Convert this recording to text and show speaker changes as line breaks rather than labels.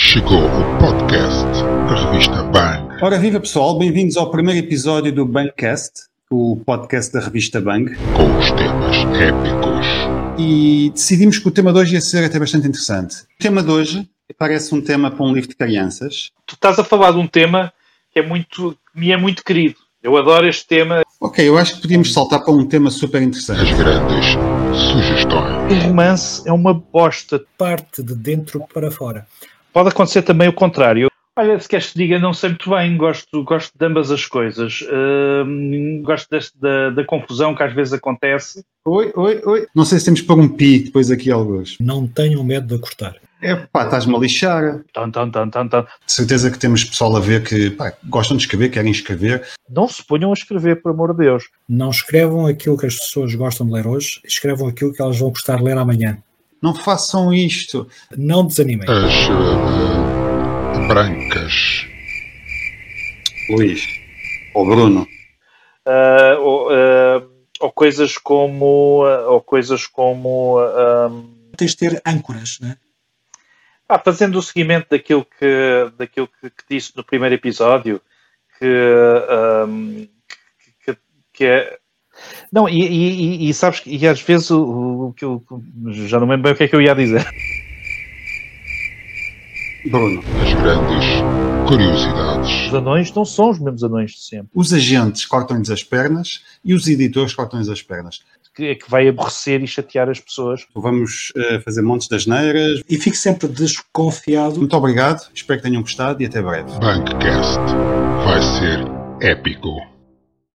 Chegou o podcast da revista Bang.
Ora viva pessoal, bem-vindos ao primeiro episódio do Bangcast, o podcast da revista Bang,
Com os temas épicos.
e decidimos que o tema de hoje ia ser até bastante interessante. O tema de hoje parece um tema para um livro de crianças.
tu estás a falar de um tema que é muito, que me é muito querido. Eu adoro este tema.
Ok, eu acho que podíamos saltar para um tema super
As
interessante.
grandes sugestões.
O romance é uma bosta.
parte de dentro para fora.
Pode acontecer também o contrário. Olha, se queres que te diga, não sei muito bem, gosto, gosto de ambas as coisas. Hum, gosto deste- da, da confusão que às vezes acontece.
Oi, oi, oi. Não sei se temos que pôr um pi depois aqui alguns.
Não tenham medo de cortar.
É pá, estás-me a lixar.
Tan, tan, tan, tan, tan.
De certeza que temos pessoal a ver que pá, gostam de escrever, querem escrever.
Não se ponham a escrever, por amor de Deus.
Não escrevam aquilo que as pessoas gostam de ler hoje, escrevam aquilo que elas vão gostar de ler amanhã.
Não façam isto.
Não desanimem.
As eh, brancas.
Luís, ou Bruno,
Ah, ou, ah, ou coisas como. ah, ou coisas como. ah, hum,
Tens de ter âncoras, né?
Ah, fazendo o seguimento daquilo que, daquilo que, que disse no primeiro episódio, que, ahm, que, que- que é. Não, e, e- e- e sabes que e às vezes o, o que eu já não me lembro bem o que é que eu ia dizer.
Bruno.
As grandes curiosidades.
Os anões não são os mesmos anões de sempre.
Os agentes cortam-lhes as pernas e os editores cortam-lhes as pernas.
Que é que vai aborrecer e chatear as pessoas.
Vamos eh, fazer montes das neiras.
E fico sempre desconfiado.
Muito obrigado, espero que tenham gostado e até breve.
Bankcast vai ser épico.